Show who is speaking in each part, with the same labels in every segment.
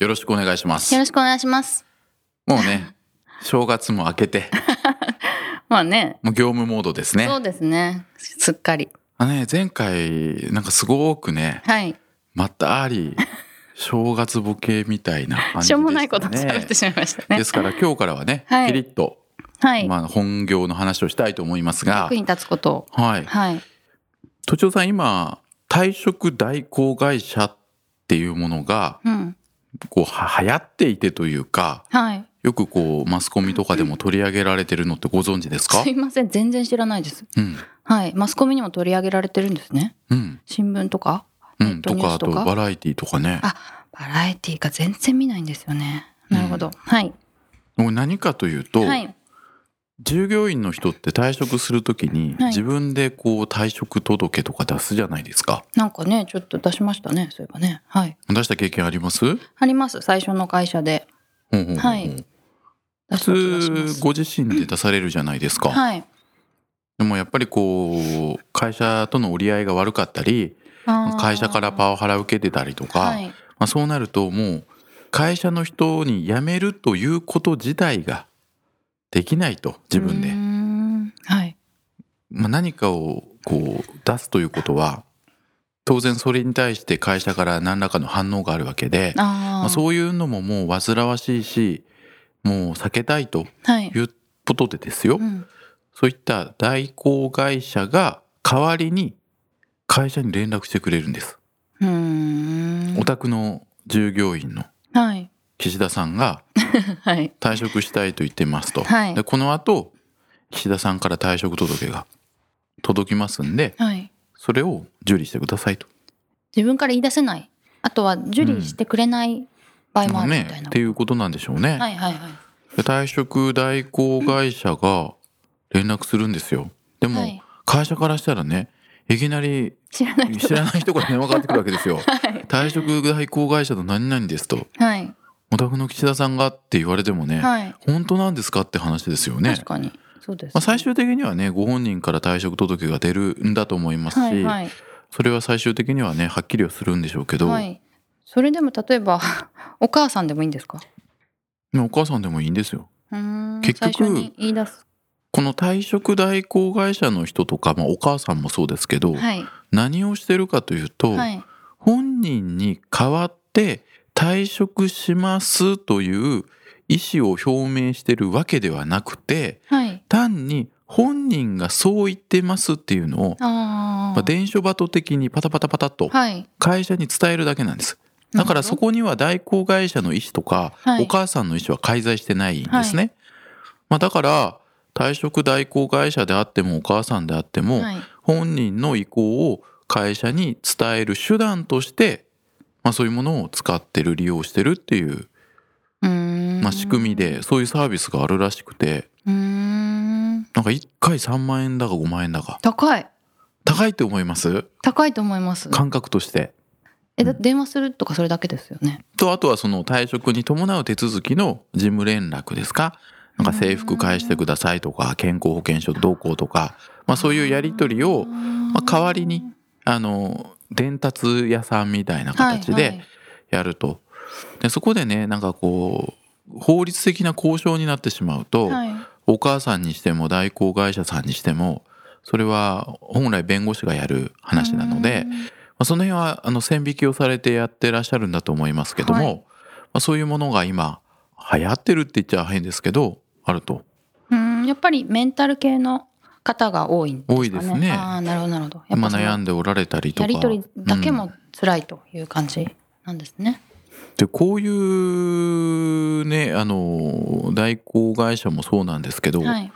Speaker 1: よろしくお願いします
Speaker 2: ろしくお願いします
Speaker 1: もうね正月も明けて
Speaker 2: まあね
Speaker 1: もう業務モードです
Speaker 2: そ
Speaker 1: ね
Speaker 2: うですねすっかり
Speaker 1: あのね前回なんかすごくね
Speaker 2: はい
Speaker 1: まったり正月ボケみたいな感じ
Speaker 2: し
Speaker 1: でしたね
Speaker 2: ょうもないことを喋ってしまいましたね
Speaker 1: ですから今日からはね、
Speaker 2: はい
Speaker 1: ピリッと、
Speaker 2: はい、
Speaker 1: まあ、本業の話をしたいと思いますが
Speaker 2: 役に立つことを
Speaker 1: はい
Speaker 2: はい
Speaker 1: 都庁さん今退職代行会社っていうものが
Speaker 2: うん
Speaker 1: こうは流行っていてというか
Speaker 2: はい
Speaker 1: よくこうマスコミとかでも取り上げられてるのってご存知ですか
Speaker 2: すいません全然知らないです
Speaker 1: うん
Speaker 2: はいマスコミにも取り上げられてるんですね
Speaker 1: うん
Speaker 2: 新聞とか
Speaker 1: う
Speaker 2: ネッ
Speaker 1: ん
Speaker 2: ト
Speaker 1: と
Speaker 2: ニュー
Speaker 1: か
Speaker 2: ス
Speaker 1: あ
Speaker 2: と
Speaker 1: と
Speaker 2: か
Speaker 1: バラエティとかね
Speaker 2: あバラエティーが全然見ないんですよねなるほど、はい
Speaker 1: もう何かというと、
Speaker 2: はい
Speaker 1: 従業員の人って退職するときに
Speaker 2: はい
Speaker 1: 自分でこう退職届とか出すじゃないですか
Speaker 2: なんかねちょっと出しましたねそういえばねはい
Speaker 1: 出した経験あります
Speaker 2: あります最初の会社で
Speaker 1: ほうほうほうほう
Speaker 2: はい出した気がしま
Speaker 1: 普通
Speaker 2: す
Speaker 1: ご自身で出されるじゃないですか、
Speaker 2: はい
Speaker 1: でもやっぱりこう会社との折り合いが悪かったり会社からパワハラ受けてたりとか、
Speaker 2: はい
Speaker 1: まあ、そうなるともう会社の人に辞めるということ自体ができないと自分で
Speaker 2: うー、んはい
Speaker 1: まあ、何かをこう出すということは当然それに対して会社から何らかの反応があるわけで、
Speaker 2: あ
Speaker 1: まあ、
Speaker 2: あ
Speaker 1: そういうのももう煩わしいしもう避けたいと
Speaker 2: はい
Speaker 1: いうことでですよ、
Speaker 2: うん
Speaker 1: そういった代行会社が代わりに会社に連絡してくれるんです。
Speaker 2: うーん
Speaker 1: お宅の従業員の
Speaker 2: はい
Speaker 1: 岸田さんが
Speaker 2: はい
Speaker 1: 退職したいと言ってますと。
Speaker 2: はい
Speaker 1: でこの後岸田さんから退職届が届きますんで
Speaker 2: はい
Speaker 1: それを受理してくださいと。
Speaker 2: 自分から言い出せないあとは受理してくれない場合もあるみたい
Speaker 1: ね、
Speaker 2: な、
Speaker 1: っていうことなんでしょうね。
Speaker 2: はいはいはい
Speaker 1: で退職代行会社が連絡するんですよ。でも、
Speaker 2: はい
Speaker 1: 会社からしたらねいきなり
Speaker 2: 知らない
Speaker 1: 知らない人から電話かかってくるわけ ですよ。退職代行会社の何々ですと
Speaker 2: はい
Speaker 1: お宅の岸田さんがって言われてもね、
Speaker 2: はい
Speaker 1: 本当なんですかって話ですよね。
Speaker 2: 確かにそうです、
Speaker 1: まあ、最終的にはねご本人から退職届が出るんだと思いますし、
Speaker 2: はいはい
Speaker 1: それは最終的にはねはっきりはするんでしょうけど、
Speaker 2: はいそれでも例えば お母さんでもいいんですか
Speaker 1: まあお母さんでもいいんですよ。
Speaker 2: うーん
Speaker 1: 結局
Speaker 2: 最初に言い出す
Speaker 1: この退職代行会社の人とか、まあ、お母さんもそうですけど、
Speaker 2: はい
Speaker 1: 何をしてるかというと、
Speaker 2: はい
Speaker 1: 本人に代わって退職しますという意思を表明してるわけではなくて
Speaker 2: はい
Speaker 1: 単に本人がそう言ってますっていうのを、
Speaker 2: あ
Speaker 1: ま
Speaker 2: あ
Speaker 1: あ、伝書バト的にパタパタパタっと
Speaker 2: はい
Speaker 1: 会社に伝えるだけなんです。だからそこには代行会社の意思とか、
Speaker 2: はい
Speaker 1: お母さんの意思は介在してないんですね。まあ、だから退職代行会社であってもお母さんであっても、
Speaker 2: はい
Speaker 1: 本人の意向を会社に伝える手段として、まあ、そういうものを使ってる利用してるっていう、
Speaker 2: うーん
Speaker 1: まあ、仕組みでそういうサービスがあるらしくて
Speaker 2: うーん
Speaker 1: なんか1回3万円だか5万円だか
Speaker 2: 高い
Speaker 1: 高いって思います
Speaker 2: 高いと思います
Speaker 1: 感覚として。
Speaker 2: えだって電話するとかそれだけですよね
Speaker 1: とあとはその退職に伴う手続きの事務連絡ですかなんか制服返してくださいとか健康保険証同行とか、まあ、そういうやり取りを、
Speaker 2: ま
Speaker 1: まあ、代わりにあの伝達屋さんみたいな形でやると。でそこでねなんかこう法律的な交渉になってしまう
Speaker 2: は
Speaker 1: と、
Speaker 2: いはいはい
Speaker 1: お母さんにしても代行会社さんにしてもそれは本来弁護士がやる話なので、
Speaker 2: うーん
Speaker 1: まあ、その辺はあの線引きをされてやってらっしゃるんだと思いますけども、
Speaker 2: はい
Speaker 1: まあ、そういうものが今流行ってるって言っちゃ変ですけどあると。
Speaker 2: うーんやっぱりメンタル系の方が多いんですかね。
Speaker 1: 多いですね
Speaker 2: ああなるほどなるほど。やっ
Speaker 1: まあ
Speaker 2: ぱその
Speaker 1: 悩んでおられたりと
Speaker 2: や
Speaker 1: か。
Speaker 2: り取りだけ
Speaker 1: うん
Speaker 2: も辛いという感じなんですね。
Speaker 1: でこういうねあの代行会社もそうなんですけど、
Speaker 2: はい。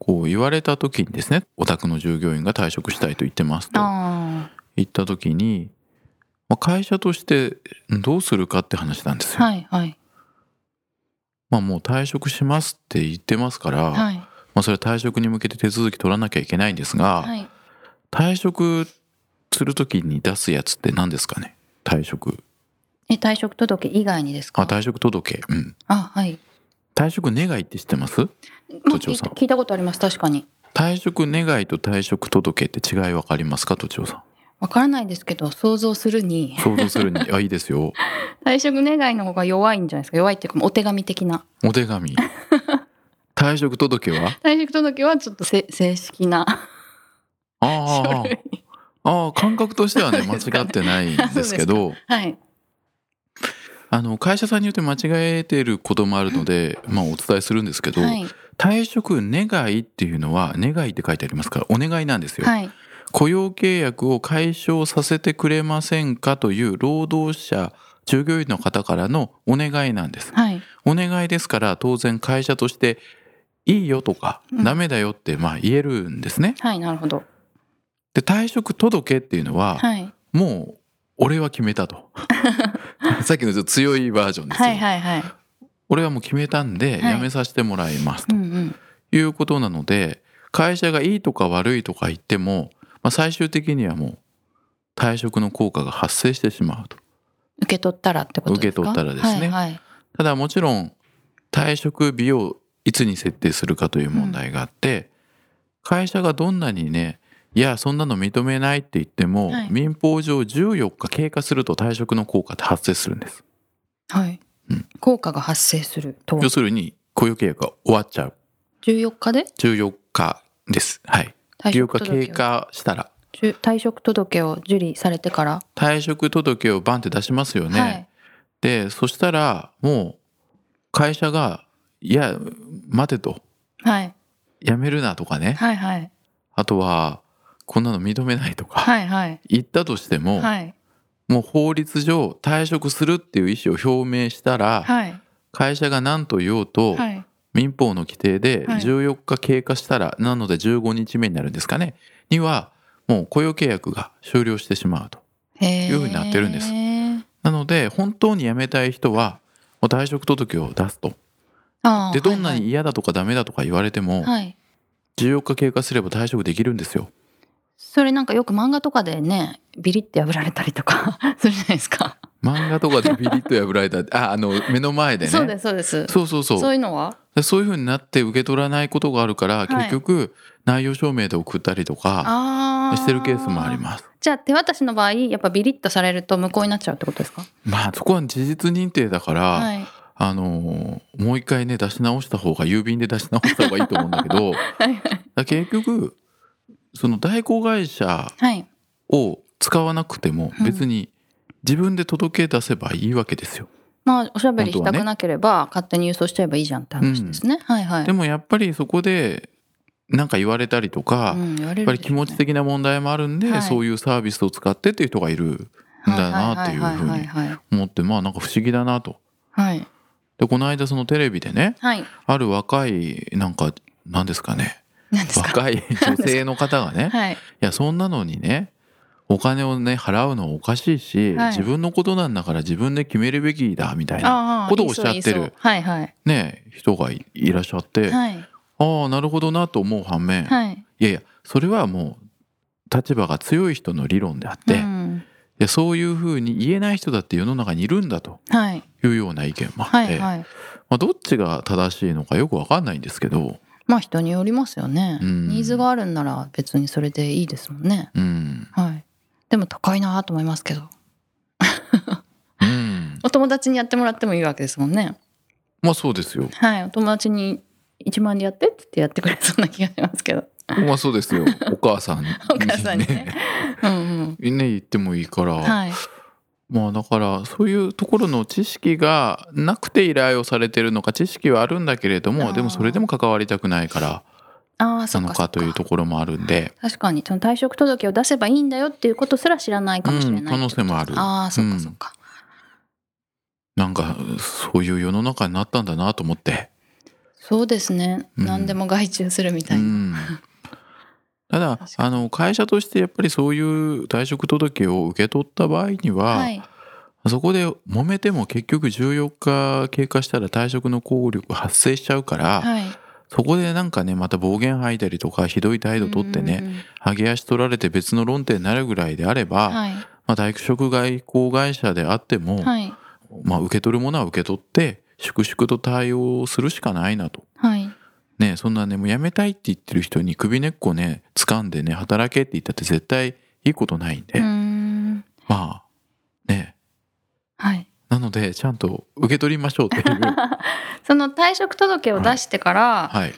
Speaker 1: こう言われた時にですねお宅の従業員が退職したいと言ってますと
Speaker 2: あ
Speaker 1: 言った時にまあ、会社としてどうするかって話なんですよ。
Speaker 2: はいはい
Speaker 1: まあ、もう退職しますって言ってますから、
Speaker 2: はい
Speaker 1: まあ、それは退職に向けて手続き取らなきゃいけないんですが、
Speaker 2: はい
Speaker 1: 退職するときに出すやつって何ですかね退職
Speaker 2: え退職届以外にです
Speaker 1: あ
Speaker 2: か
Speaker 1: 退職届うん
Speaker 2: あはい
Speaker 1: 退職願いって知ってます
Speaker 2: まあ
Speaker 1: 都庁さん
Speaker 2: 聞い聞いたことあります確かに
Speaker 1: 退職願いと退職届って違いわかりますか都庁さん
Speaker 2: わからないですけど想像するに
Speaker 1: 想像するにあいいですよ
Speaker 2: 退職願いの方が弱いんじゃないですか弱いっていうかお手紙的な
Speaker 1: お手紙退職届は
Speaker 2: 退職届はちょっとせ正式な書
Speaker 1: あ
Speaker 2: 類
Speaker 1: あああ感覚としてはね
Speaker 2: そう
Speaker 1: 間
Speaker 2: ですか
Speaker 1: 違ってないんですけど
Speaker 2: はい
Speaker 1: あの会社さんによって間違えてることもあるので、まあ、お伝えするんですけど、
Speaker 2: はい
Speaker 1: 退職願いっていうのは願いって書いてありますからお願いなんですよ、
Speaker 2: はい
Speaker 1: 雇用契約を解消させてくれませんかという労働者従業員の方からのお願いなんです
Speaker 2: はい
Speaker 1: お願いですから当然会社としていいよとか
Speaker 2: うん
Speaker 1: ダメだよってまあ言えるんですね、
Speaker 2: はいなるほど
Speaker 1: で退職届っていうのは
Speaker 2: はい
Speaker 1: もう俺は決め たとさっきのちょっと強いバージョンですよ、
Speaker 2: はいはいはい
Speaker 1: 俺はもう決めたんで
Speaker 2: はい
Speaker 1: 辞めさせてもらいます
Speaker 2: う
Speaker 1: と
Speaker 2: んうん
Speaker 1: いうことなので会社がいいとか悪いとか言っても、まあ、最終的にはもう退職の効果が発生してしまうと
Speaker 2: 受け取ったらってことですか
Speaker 1: 受け取ったらです
Speaker 2: は
Speaker 1: ね
Speaker 2: いはい
Speaker 1: ただもちろん退職日をいつに設定するかという問題があって、会社がどんなにねいやそんなの認めないって言っても、
Speaker 2: はい
Speaker 1: 民法上14日経過すると退職の効果って発生するんです
Speaker 2: はい、
Speaker 1: うん
Speaker 2: 効果が発生すると
Speaker 1: 要するに雇用契約が終わっちゃう
Speaker 2: 14日で
Speaker 1: 14日ですはい
Speaker 2: 退
Speaker 1: 14
Speaker 2: 職
Speaker 1: 日経
Speaker 2: 届を
Speaker 1: 過したら
Speaker 2: じゅ退職届を受理されてから、
Speaker 1: 退職届をバンって出しますよね、
Speaker 2: はい
Speaker 1: でそしたらもう会社が「いや待て」と
Speaker 2: はい
Speaker 1: 「辞めるな」とかね
Speaker 2: はいはい
Speaker 1: あとは「こんなの認めない」とか、
Speaker 2: はいはい
Speaker 1: 言ったとしても、
Speaker 2: はい
Speaker 1: もう法律上退職するっていう意思を表明したら、
Speaker 2: はい
Speaker 1: 会社が何と言おうと、
Speaker 2: はい
Speaker 1: 民法の規定で
Speaker 2: はい
Speaker 1: 14日経過したら、なので15日目になるんですかねにはもう雇用契約が終了してしまうと。
Speaker 2: へー
Speaker 1: いうふうになってるんですなので本当に辞めたい人はもう退職届を出すと。
Speaker 2: あー
Speaker 1: でどんな
Speaker 2: はい
Speaker 1: に嫌だとかダメだとか言われても、
Speaker 2: はい、はい
Speaker 1: 14日経過すれば退職できるんですよ。
Speaker 2: それなんかよく漫画とかでねビリって破られたりとか するじゃないですか、
Speaker 1: 漫画とかでビリッと破られたああの目の前でね
Speaker 2: そうですそうです
Speaker 1: そうそうそう
Speaker 2: いうのは
Speaker 1: でそういうふうになって受け取らないことがあるから、
Speaker 2: い
Speaker 1: 結局内容証明で送ったりとか
Speaker 2: ああ
Speaker 1: してるケースもあります
Speaker 2: じゃあ手渡しの場合やっぱビリッとされると無効になっちゃうってことですか
Speaker 1: まあそこは事実認定だから、
Speaker 2: はい
Speaker 1: あのーもう一回ね出し直した方が郵便で出し直した方がいいと思うんだけ ど
Speaker 2: はい
Speaker 1: だ結局その代行会社
Speaker 2: はい
Speaker 1: を使わなくても
Speaker 2: うん
Speaker 1: 別に自分で届け出せばいいわけですよ。
Speaker 2: まあおしゃべりしたくなければ、勝手に郵送しちゃえばいいじゃんって話ですね、はいはい
Speaker 1: でもやっぱりそこでなんか言われたりとか、
Speaker 2: うん、言わ
Speaker 1: や
Speaker 2: れ
Speaker 1: っぱ
Speaker 2: る
Speaker 1: り
Speaker 2: でし
Speaker 1: 気
Speaker 2: ょうね
Speaker 1: 持ち的な問題もあるんで、
Speaker 2: はい
Speaker 1: そういうサービスを使ってっていう人がいるんだなっていうふうに
Speaker 2: はいはい
Speaker 1: 思ってまあなんか不思議だなと。
Speaker 2: はいはい
Speaker 1: でこの間そのテレビでね
Speaker 2: はいはい
Speaker 1: ある若いなんか何ですかね
Speaker 2: 何ですか
Speaker 1: 若い女性の方がね
Speaker 2: はい
Speaker 1: いやそんなのにねお金をね払うのはおかしいし、
Speaker 2: はい
Speaker 1: 自分のことなんだから自分で決めるべきだみたいな
Speaker 2: ああ
Speaker 1: ことをおっしゃってる
Speaker 2: いいそういいそうはいはい
Speaker 1: ね人がいいらっしゃって、
Speaker 2: はい
Speaker 1: ああなるほどなと思う反面、
Speaker 2: はい
Speaker 1: いやいやそれはもう立場が強い人の理論であって、
Speaker 2: うん
Speaker 1: でそういうふうに言えない人だって世の中にいるんだと
Speaker 2: はい
Speaker 1: いうような意見もあって、
Speaker 2: はいはい
Speaker 1: まあ、どっちが正しいのかよくわかんないんですけど、
Speaker 2: まあ人によりますよね、
Speaker 1: うん
Speaker 2: ニーズがあるんなら別にそれでいいですもんね
Speaker 1: うん
Speaker 2: はいでも高いなと思いますけど
Speaker 1: うん、
Speaker 2: お友達にやってもらってもいいわけですもんね
Speaker 1: まあそ うですよ。
Speaker 2: はいお友達に1万円でやってって言ってやってくれそうな気がしますけど
Speaker 1: まあそうですよ。お母さんに、ね
Speaker 2: お母さんにねうんうん
Speaker 1: ね言ってもいいから、
Speaker 2: はい
Speaker 1: まあだからそういうところの知識がなくて依頼をされてるのか知識はあるんだけれど
Speaker 2: あ
Speaker 1: も
Speaker 2: ー
Speaker 1: でもそれでも関わりたくないから
Speaker 2: あ あそ
Speaker 1: な
Speaker 2: っ
Speaker 1: の
Speaker 2: かそ
Speaker 1: か
Speaker 2: っ
Speaker 1: という
Speaker 2: か
Speaker 1: ところもあるんで
Speaker 2: 確かにその退職届を出せばいいんだよっていうことすら知らないかもしれない、
Speaker 1: うん可能性もある
Speaker 2: ああそっ
Speaker 1: うん
Speaker 2: かそっか、
Speaker 1: なんかそういう世の中になったんだなと思って。
Speaker 2: そうですね、
Speaker 1: うん
Speaker 2: 何でも外注するみたいな、
Speaker 1: うん、ただあの会社としてやっぱりそういう退職届を受け取った場合には、
Speaker 2: はい
Speaker 1: そこで揉めても結局14日経過したら退職の効力発生しちゃうから、
Speaker 2: はい
Speaker 1: そこでなんかねまた暴言吐いたりとかひどい態度取ってね、
Speaker 2: うんうんうん
Speaker 1: 揚げ足取られて別の論点になるぐらいであれば、
Speaker 2: はい
Speaker 1: まあ、退職外交会社であっても、
Speaker 2: はい
Speaker 1: まあ、受け取るものは受け取って粛々と対応するしかないなと。
Speaker 2: はい
Speaker 1: ね、そんなねもう辞めたいって言ってる人に首根っこね掴んでね働けって言ったって絶対いいことないんで、
Speaker 2: うーん
Speaker 1: まあね
Speaker 2: はい
Speaker 1: なのでちゃんと受け取りましょうって いう
Speaker 2: その退職届を出してから、
Speaker 1: はい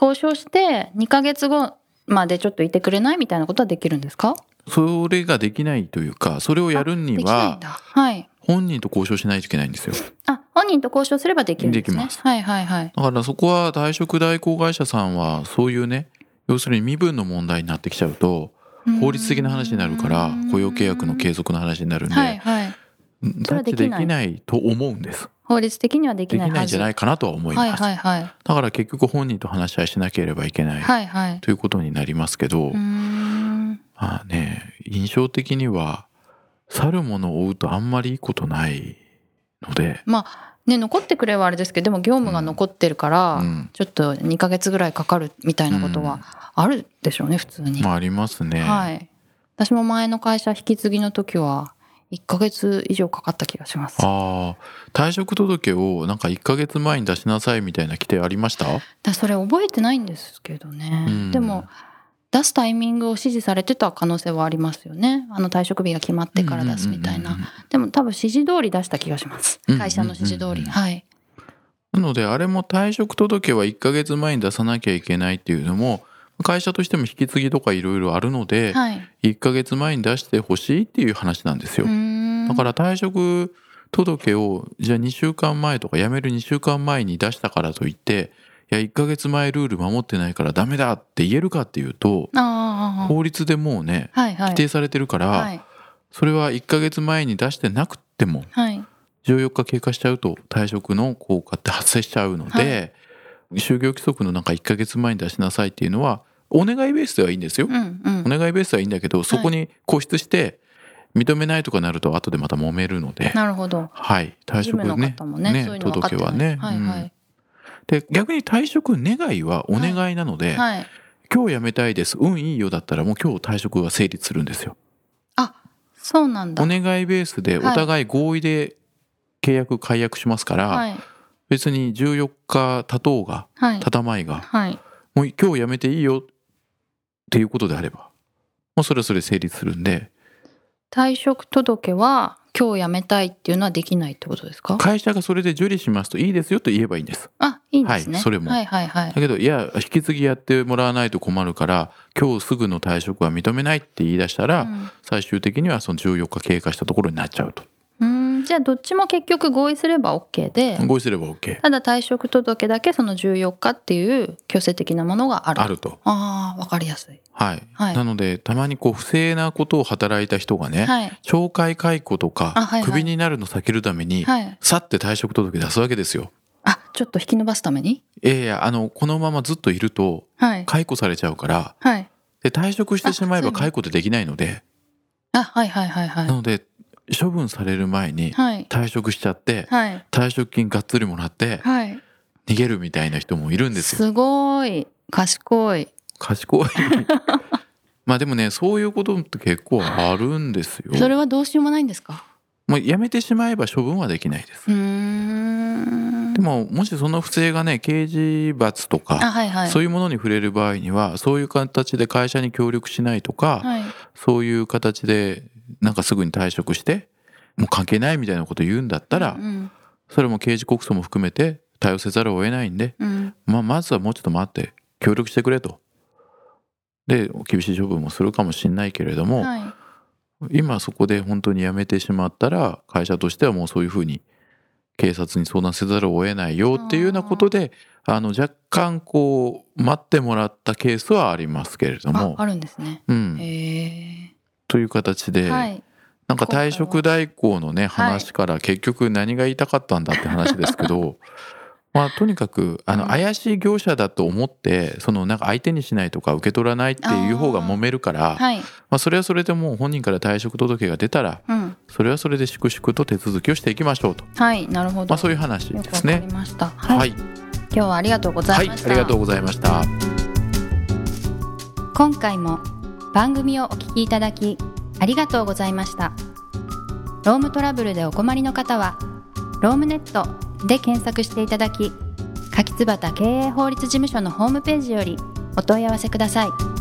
Speaker 2: 交渉して2ヶ月後までちょっといてくれないみたいなことはできるんですか
Speaker 1: それができないというかそれをやる
Speaker 2: で
Speaker 1: に
Speaker 2: きないん
Speaker 1: は
Speaker 2: だはい
Speaker 1: 本人と交渉しないといけないんですよ
Speaker 2: あ本人と交渉すればできるんですね
Speaker 1: できます
Speaker 2: はいはいはい
Speaker 1: だからそこは退職代行会社さんはそういうね要するに身分の問題になってきちゃうと法律的な話になるから雇用契約の継
Speaker 2: 済
Speaker 1: 続の話になるんで、
Speaker 2: はいはいそ
Speaker 1: タ
Speaker 2: れは
Speaker 1: ッ
Speaker 2: で
Speaker 1: チ
Speaker 2: き
Speaker 1: で
Speaker 2: ない
Speaker 1: きないと思うんです
Speaker 2: 法律的にはでき
Speaker 1: でき
Speaker 2: ない
Speaker 1: ないんじゃないいかなとは思いま
Speaker 2: はい
Speaker 1: す、
Speaker 2: はいはい
Speaker 1: だから結局本人と話し合いしなければいけない、
Speaker 2: はいはい
Speaker 1: ということになりますけど、
Speaker 2: うーん
Speaker 1: まあね印象的には去るものを追うとあんまりいいことないので、
Speaker 2: まあね残ってくれはあれですけどでも業務が残ってるから、
Speaker 1: うん
Speaker 2: ちょっと2ヶ月ぐらいかかるみたいなことはあるでしょうね普通に、
Speaker 1: まあありますね、
Speaker 2: はい私も前の会社引き継ぎの時は1ヶ月以上かかった気がします
Speaker 1: ああ退職届をなんか1ヶ月前に出しなさいみたいな規定ありました
Speaker 2: だそれ覚えてないんですけどね、
Speaker 1: うん
Speaker 2: でも出すタイミングを指示されてた可能性はありますよねあの退職日が決まってから出すみたいな、
Speaker 1: うんうんうん
Speaker 2: でも多分指示通り出した気がします
Speaker 1: うんうんうんうん
Speaker 2: 会社の指示通り、はい
Speaker 1: なのであれも退職届は1ヶ月前に出さなきゃいけないっていうのも会社としても引き継ぎとかいろいろあるので、
Speaker 2: はい
Speaker 1: 1ヶ月前に出してほしいっていう話なんですよ、だからら退職届をじゃあ2週間前とか辞める2週間前に出したからといっていや1ヶ月前ルール守ってないからダメだって言えるかっていうと
Speaker 2: ああ
Speaker 1: 法律でもうね
Speaker 2: はいはい
Speaker 1: 規定されてるから、
Speaker 2: はい
Speaker 1: それは1ヶ月前に出してなくても
Speaker 2: はい
Speaker 1: 14日経過しちゃうと退職の効果って発生しちゃうので、就業規則のなんか1ヶ月前に出しなさいっていうのはお願いベースではいいんですよ。
Speaker 2: うんうん
Speaker 1: お願いベースはいいんだけどそこに固執して認めないとかなると後でまた揉めるので、
Speaker 2: なるほど
Speaker 1: はい、退
Speaker 2: 事務
Speaker 1: 職
Speaker 2: の
Speaker 1: ね
Speaker 2: 方もねそういうの分かっ
Speaker 1: 届
Speaker 2: て
Speaker 1: けは
Speaker 2: ない
Speaker 1: ね。
Speaker 2: はいはい、
Speaker 1: うんで逆に退職願いはお願いなので、
Speaker 2: はい
Speaker 1: 今日辞めたいです運いいよだったらもう今日退職が成立するんですよ。
Speaker 2: あそうなんだ
Speaker 1: お願いベースでお互い合意で契約解約しますから、
Speaker 2: はい
Speaker 1: 別に14日経とうが
Speaker 2: はい
Speaker 1: 経たまいが
Speaker 2: はい
Speaker 1: もう今日辞めていいよっていうことであればもうそれはそれで成立するんで
Speaker 2: 退職届は今日辞めたいっていうのはできないってことですか
Speaker 1: 会社がそれで受理しますといいですよと言えばいいんです。
Speaker 2: あいいんですね、
Speaker 1: はいそれも
Speaker 2: はいはいはい
Speaker 1: だけどいや引き継ぎやってもらわないと困るから今日すぐの退職は認めないって言い出したら、
Speaker 2: うん
Speaker 1: 最終的にはその14日経過したところになっちゃうと
Speaker 2: うーんじゃあどっちも結局合意すれば OK で、
Speaker 1: 合意すれば OK
Speaker 2: ただ退職届だけその14日っていう強制的なものがある
Speaker 1: あると
Speaker 2: あーわかりやすい
Speaker 1: はい、
Speaker 2: はい
Speaker 1: なのでたまにこう不正なことを働いた人がね、
Speaker 2: はい
Speaker 1: 懲戒解雇とか、
Speaker 2: あはいはい
Speaker 1: クビになるの避けるために、
Speaker 2: はい
Speaker 1: さって退職届出すわけですよ
Speaker 2: あちょっと引き伸ばすために
Speaker 1: いやいやあのこのままずっといると
Speaker 2: はい
Speaker 1: 解雇されちゃうから
Speaker 2: はい
Speaker 1: で退職してしまえ
Speaker 2: あそう
Speaker 1: ば
Speaker 2: いうの
Speaker 1: 解雇ってできないので
Speaker 2: あはいはいはいは
Speaker 1: ないので処分される前に
Speaker 2: はい
Speaker 1: 退職しちゃって、
Speaker 2: はい
Speaker 1: 退職金がっつりもらって
Speaker 2: はい
Speaker 1: 逃げるみたいな人もいるんですよ。
Speaker 2: すごい賢い
Speaker 1: 賢い。まあでもねそういうことって結構あるんですよ。
Speaker 2: それはどうしようもないんですか
Speaker 1: もうやめてしまえば処分はできないです
Speaker 2: う。ーん
Speaker 1: でももしその不正がね刑事罰と
Speaker 2: あ
Speaker 1: か、
Speaker 2: はいはい
Speaker 1: そういうものに触れる場合にはそういう形で会社に協力しないとか、
Speaker 2: はい
Speaker 1: そういう形でなんかすぐに退職してもう関係ないみたいなこと言うんだったら、
Speaker 2: うん
Speaker 1: それも刑事告訴も含めて対応せざるを得ないんで
Speaker 2: うん
Speaker 1: まあ、まずはもうちょっと待って協力してくれと。で厳しい処分もするかもしれないけれども、
Speaker 2: はい
Speaker 1: 今そこで本当に辞めてしまったら会社としてはもうそういうふうに警察に相談せざるを得ないよっていうようなことであの若干こう待ってもらったケースはありますけれど
Speaker 2: あ
Speaker 1: も、
Speaker 2: あるんですね
Speaker 1: うん、
Speaker 2: へ
Speaker 1: という形
Speaker 2: え
Speaker 1: で、
Speaker 2: はい
Speaker 1: なんか退職代行のね
Speaker 2: 回は
Speaker 1: 話から結局何が言いたかったんだって話ですけど、まあ、とにかくあの、
Speaker 2: うん
Speaker 1: 怪しい業者だと思ってそのなんか相手にしないとか受け取らないっていう方が揉めるから
Speaker 2: はい。
Speaker 1: まあ、それはそれでもう本人から退職届が出たら
Speaker 2: うん。
Speaker 1: それはそれで粛々と手続きをしていきましょうと、
Speaker 2: はい。なるほど。
Speaker 1: まあ、そういう話
Speaker 2: よく
Speaker 1: で
Speaker 2: わ
Speaker 1: す
Speaker 2: かり
Speaker 1: ね。
Speaker 2: ました。はい。
Speaker 1: はい、
Speaker 2: 今日はありがとうござ
Speaker 1: はいい、あ
Speaker 2: ました。
Speaker 1: りがとうございました。
Speaker 2: 今回も番組をお聞きいただきありがとうございましたロームトラブルでお困りの方は「ロームネット」で検索していただき柿椿経営法律事務所のホームページよりお問い合わせください